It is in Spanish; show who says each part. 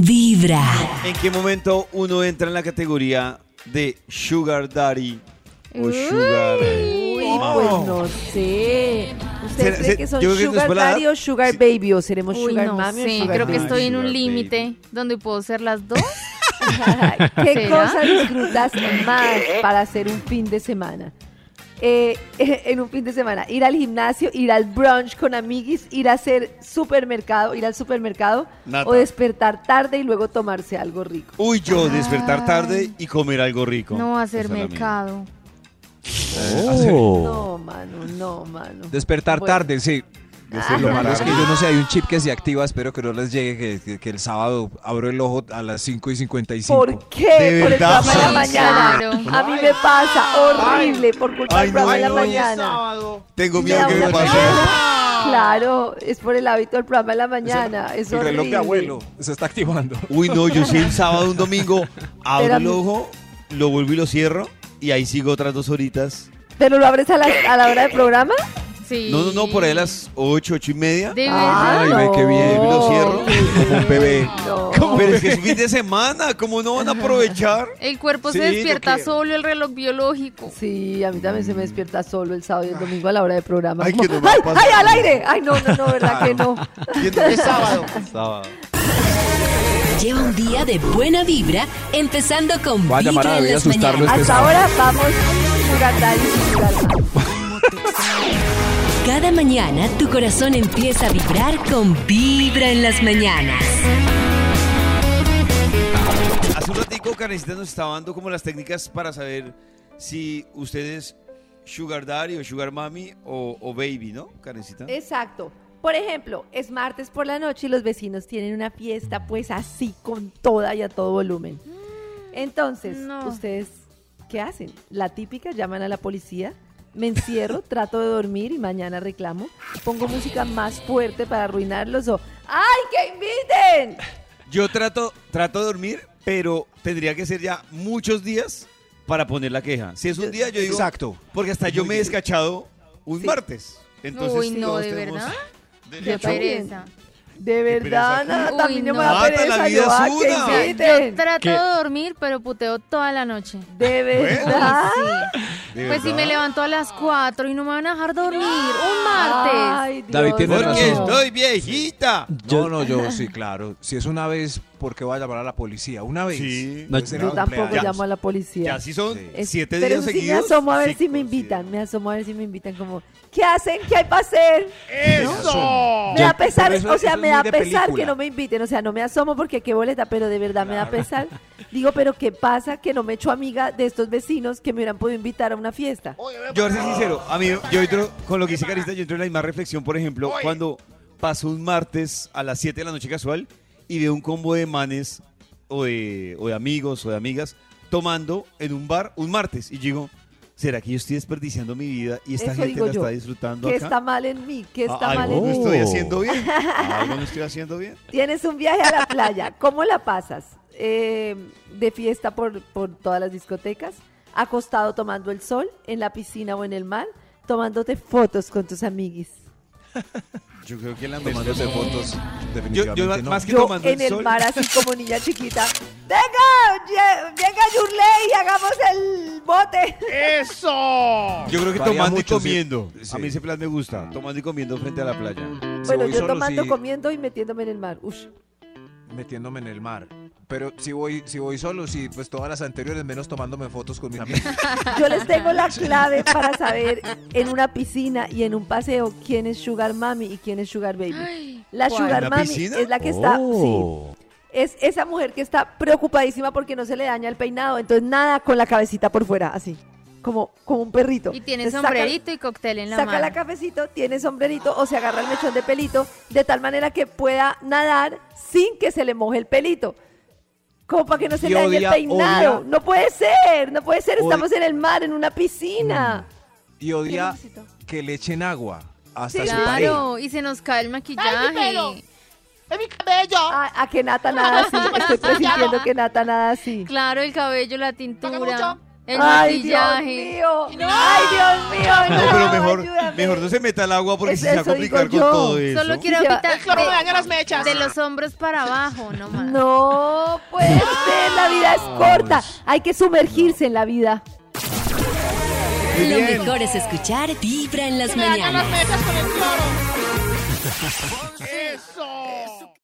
Speaker 1: Vibra.
Speaker 2: ¿En qué momento uno entra en la categoría de Sugar Daddy o Sugar?
Speaker 3: Uy, pues no sé.
Speaker 2: Se-
Speaker 3: ¿Ustedes creen
Speaker 2: se-
Speaker 3: que son
Speaker 2: yo creo que
Speaker 3: Sugar
Speaker 2: después la
Speaker 3: Daddy
Speaker 2: edad-
Speaker 3: o Sugar Baby? ¿O seremos
Speaker 4: Uy,
Speaker 3: Sugar
Speaker 4: no
Speaker 3: Mami
Speaker 4: sé,
Speaker 3: o Sugar
Speaker 4: creo que
Speaker 3: Baby?
Speaker 4: estoy en
Speaker 2: Sugar
Speaker 4: un
Speaker 2: baby.
Speaker 4: límite donde puedo ser las dos.
Speaker 3: ¿Qué
Speaker 4: ¿Será?
Speaker 3: cosa disfrutas más para hacer un fin de semana? Eh, en un fin de semana, ir al gimnasio, ir al brunch con amiguis, ir a hacer supermercado, ir al supermercado
Speaker 2: Nata.
Speaker 3: o despertar tarde y luego tomarse algo rico.
Speaker 2: Uy,
Speaker 3: Ah.
Speaker 2: yo despertar tarde y comer algo rico.
Speaker 4: No
Speaker 2: Esa
Speaker 4: hacer
Speaker 2: es la mía.
Speaker 4: mercado.
Speaker 5: Oh.
Speaker 3: No, mano, no, mano.
Speaker 6: Despertar
Speaker 3: Bueno. Ah,
Speaker 6: tarde, sí. Lo malo es que
Speaker 2: tarde.
Speaker 6: yo no sé, hay un chip que se activa, espero que no les llegue, que, que- que el sábado abro el ojo a las 5 y 55.
Speaker 3: ¿Por qué?
Speaker 2: ¿De
Speaker 3: por el
Speaker 2: verdad?
Speaker 3: programa de la
Speaker 4: Sí,
Speaker 3: mañana.
Speaker 4: claro.
Speaker 3: A mí me pasa horrible por culpa
Speaker 2: Ay,
Speaker 3: del
Speaker 2: no,
Speaker 3: programa de la
Speaker 2: ay, no, hoy es
Speaker 3: mañana.
Speaker 2: Tengo
Speaker 3: Me da
Speaker 2: miedo que me
Speaker 3: una
Speaker 2: pase.
Speaker 3: pena. Claro, es por el hábito del programa de la mañana. Es
Speaker 6: el reloj
Speaker 3: horrible.
Speaker 6: de abuelo se está activando.
Speaker 2: Uy, no, yo sí un sábado, un domingo, abro
Speaker 3: Pero-
Speaker 2: el ojo, lo vuelvo y lo cierro y ahí sigo otras dos horitas.
Speaker 3: ¿Pero lo abres a la, a la hora del programa?
Speaker 4: Sí.
Speaker 2: No, no, no, por ahí a las ocho, ocho y media.
Speaker 4: De
Speaker 3: Ah,
Speaker 4: verdad.
Speaker 6: Ay, ve qué bien,
Speaker 2: lo cierro como un bebé.
Speaker 3: No.
Speaker 2: Pero es que es fin de semana, ¿cómo no van a aprovechar?
Speaker 4: El cuerpo
Speaker 2: Sí,
Speaker 4: se
Speaker 2: lo
Speaker 4: despierta
Speaker 2: quiero.
Speaker 4: solo, el reloj biológico.
Speaker 3: Sí, a mí también se me despierta solo el sábado y el domingo a la hora del programa.
Speaker 2: Ay,
Speaker 3: Como,
Speaker 2: que no me va a
Speaker 3: ¡Ay,
Speaker 2: pasar".
Speaker 3: ay, al aire! ¡Ay, no, no, no, verdad que no!
Speaker 2: Es sábado. sábado.
Speaker 1: Lleva un día de buena vibra, empezando con
Speaker 6: Vaya
Speaker 1: Vibra
Speaker 6: manada,
Speaker 1: en
Speaker 6: voy a
Speaker 1: las
Speaker 6: asustarlo
Speaker 1: mañanas.
Speaker 3: Hasta ahora vamos Sugar Daddy y Sugar Mami.
Speaker 1: Cada mañana tu corazón empieza a vibrar con Vibra en las mañanas.
Speaker 2: Hace un ratico Karencita nos estaba dando como las técnicas para saber si ustedes Sugar Daddy o Sugar Mami o, o Baby, ¿no, Karencita?
Speaker 3: Exacto. Por ejemplo, es martes por la noche y los vecinos tienen una fiesta pues así con toda y a todo volumen. Entonces,
Speaker 4: Mm, No.
Speaker 3: ustedes, ¿qué hacen? La típica, llaman a la policía, me encierro, trato de dormir y mañana reclamo, pongo música más fuerte para arruinarlos o ¡ay, que inviten!
Speaker 2: Yo trato, trato de dormir, pero tendría que ser ya muchos días para poner la queja. Si es un día, yo digo...
Speaker 6: Exacto.
Speaker 2: Porque hasta yo me he descachado un martes. Entonces,
Speaker 4: Uy, no,
Speaker 2: todos
Speaker 4: de
Speaker 2: tenemos-
Speaker 4: verdad. Qué
Speaker 3: Yo también.
Speaker 4: pereza.
Speaker 3: De verdad,
Speaker 2: pereza.
Speaker 3: Nata, a mí
Speaker 4: Uy,
Speaker 3: no me
Speaker 4: no.
Speaker 3: da
Speaker 2: Nata, la
Speaker 3: pereza
Speaker 2: vida
Speaker 3: yo,
Speaker 2: es
Speaker 3: ¡ay,
Speaker 2: una.
Speaker 4: O sea,
Speaker 3: que
Speaker 4: yo
Speaker 3: inviten!
Speaker 4: trato
Speaker 5: ¿Qué?
Speaker 4: de dormir, pero puteo toda la noche.
Speaker 3: De verdad.
Speaker 4: Uy, sí.
Speaker 2: ¿De
Speaker 4: Pues si
Speaker 2: verdad?
Speaker 4: me levanto a las 4 y no me van a dejar dormir un martes.
Speaker 3: Ay,
Speaker 6: David
Speaker 3: Dios
Speaker 6: tiene
Speaker 3: mío.
Speaker 2: Porque
Speaker 6: razón.
Speaker 2: estoy viejita.
Speaker 6: No, no, yo sí, claro. Si es una vez, ¿por qué voy a llamar a la policía? Una vez.
Speaker 2: Sí.
Speaker 6: Pues era
Speaker 3: Yo tampoco
Speaker 6: cumpleaños.
Speaker 3: llamo a la policía.
Speaker 2: Ya si son
Speaker 3: Es-
Speaker 2: siete
Speaker 3: pero
Speaker 2: días
Speaker 3: eso sí
Speaker 2: seguidos.
Speaker 3: me asomo a ver
Speaker 2: sí,
Speaker 3: si me
Speaker 2: considero.
Speaker 3: invitan, me asomo a ver si me invitan como, ¿qué hacen? ¿Qué hay para hacer?
Speaker 2: ¡Eso!
Speaker 3: Me
Speaker 6: Ya,
Speaker 3: da pesar,
Speaker 6: pero eso-
Speaker 3: o sea,
Speaker 6: eso es
Speaker 3: me da
Speaker 6: muy de
Speaker 3: pesar
Speaker 6: película.
Speaker 3: que no me inviten, o sea, no me asomo porque qué boleta, pero de verdad me da pesar. Digo, pero ¿qué pasa que no me echo amiga de estos vecinos que me hubieran podido invitar a una fiesta?
Speaker 2: Yo voy a ser sincero, a mí yo entro con lo que dice Carita, yo entro en la misma reflexión, por ejemplo, cuando paso un martes a las 7 de la noche casual y veo un combo de manes o de, o de amigos o de amigas tomando en un bar un martes y digo, ¿será que yo estoy desperdiciando mi vida y esta
Speaker 3: Eso
Speaker 2: gente
Speaker 3: digo
Speaker 2: la
Speaker 3: yo.
Speaker 2: está disfrutando
Speaker 3: ¿Qué
Speaker 2: acá?
Speaker 3: está mal en mí? ¿Qué está
Speaker 2: Ah,
Speaker 3: mal en
Speaker 2: ¿Algo no
Speaker 3: mí?
Speaker 2: estoy
Speaker 6: Oh.
Speaker 2: haciendo bien? ¿Algo no estoy haciendo bien?
Speaker 3: Tienes un viaje a la playa, ¿cómo la pasas? Eh, de fiesta por, por todas las discotecas, acostado tomando el sol, en la piscina o en el mar, tomándote fotos con tus amiguis.
Speaker 2: Yo creo que la
Speaker 6: Tomándote fotos,
Speaker 2: Yo,
Speaker 6: definitivamente
Speaker 2: yo
Speaker 6: no.
Speaker 2: más que
Speaker 3: Yo
Speaker 2: tomando
Speaker 3: en
Speaker 2: el
Speaker 3: el
Speaker 2: sol,
Speaker 3: mar así como niña chiquita. Venga, lle- venga Yurley y hagamos el bote.
Speaker 2: yo creo que
Speaker 6: Varía
Speaker 2: tomando y
Speaker 6: mucho, sí.
Speaker 2: comiendo.
Speaker 6: Sí.
Speaker 2: A mí ese plan me gusta, tomando y comiendo frente a la playa.
Speaker 6: Si
Speaker 3: Bueno,
Speaker 6: voy
Speaker 3: yo
Speaker 6: solo,
Speaker 3: tomando,
Speaker 6: sí,
Speaker 3: comiendo y metiéndome en el mar. Ush.
Speaker 6: metiéndome en el mar. Pero si voy, si voy solo, sí, pues todas las anteriores, menos tomándome fotos con mis amigos.
Speaker 3: Yo les tengo la clave para saber en una piscina y en un paseo quién es Sugar Mami y quién es Sugar Baby. La
Speaker 4: ¿cuál?
Speaker 3: Sugar
Speaker 2: ¿En la
Speaker 3: Mami
Speaker 2: piscina?
Speaker 3: es la que está, sí,
Speaker 5: Oh.
Speaker 3: es esa mujer que está preocupadísima porque no se le daña el peinado, entonces nada con la cabecita por fuera, así, como, como un perrito.
Speaker 4: Y tiene
Speaker 3: Entonces, saca-
Speaker 4: sombrerito y cóctel en la
Speaker 3: saca
Speaker 4: mano.
Speaker 3: la cafecito, tiene sombrerito o se agarra el mechón de pelito de tal manera que pueda nadar sin que se le moje el pelito. Como para que no se
Speaker 6: Y
Speaker 3: le dañe el
Speaker 6: odia-
Speaker 3: peinado.
Speaker 6: odia-
Speaker 3: No puede ser, no puede ser.
Speaker 6: Odia-
Speaker 3: Estamos en el mar, en una piscina.
Speaker 2: Mm.
Speaker 6: Y odia que le echen agua hasta
Speaker 3: Sí,
Speaker 6: su pareja.
Speaker 4: Claro, y se nos cae el maquillaje.
Speaker 7: ¡Es mi cabello!
Speaker 3: Ah, A, a que Nata nada así. Estoy presintiendo que Nata nada así.
Speaker 4: Claro, el cabello, la tintura.
Speaker 7: Paga mucho.
Speaker 4: El
Speaker 3: ¡Ay,
Speaker 4: maquillaje.
Speaker 3: Dios mío! ¡Ay, Dios mío!
Speaker 2: No, pero mejor,
Speaker 3: ayúdame.
Speaker 2: mejor no se meta al agua porque
Speaker 3: Es-
Speaker 2: se va a
Speaker 3: eso digo
Speaker 2: complicar con
Speaker 3: yo.
Speaker 2: todo eso.
Speaker 4: Solo quiero
Speaker 3: Sí, ya.
Speaker 4: evitar
Speaker 7: El cloro me daña
Speaker 4: de,
Speaker 7: las mechas.
Speaker 4: de los hombros para abajo, no más.
Speaker 3: No puede ser, la vida es corta. Hay que sumergirse en la vida.
Speaker 2: Muy
Speaker 1: Lo
Speaker 2: bien.
Speaker 1: mejor es escuchar Vibra en las
Speaker 7: Que me dañan las
Speaker 1: mañanas.
Speaker 7: mechas con el cloro. Eso.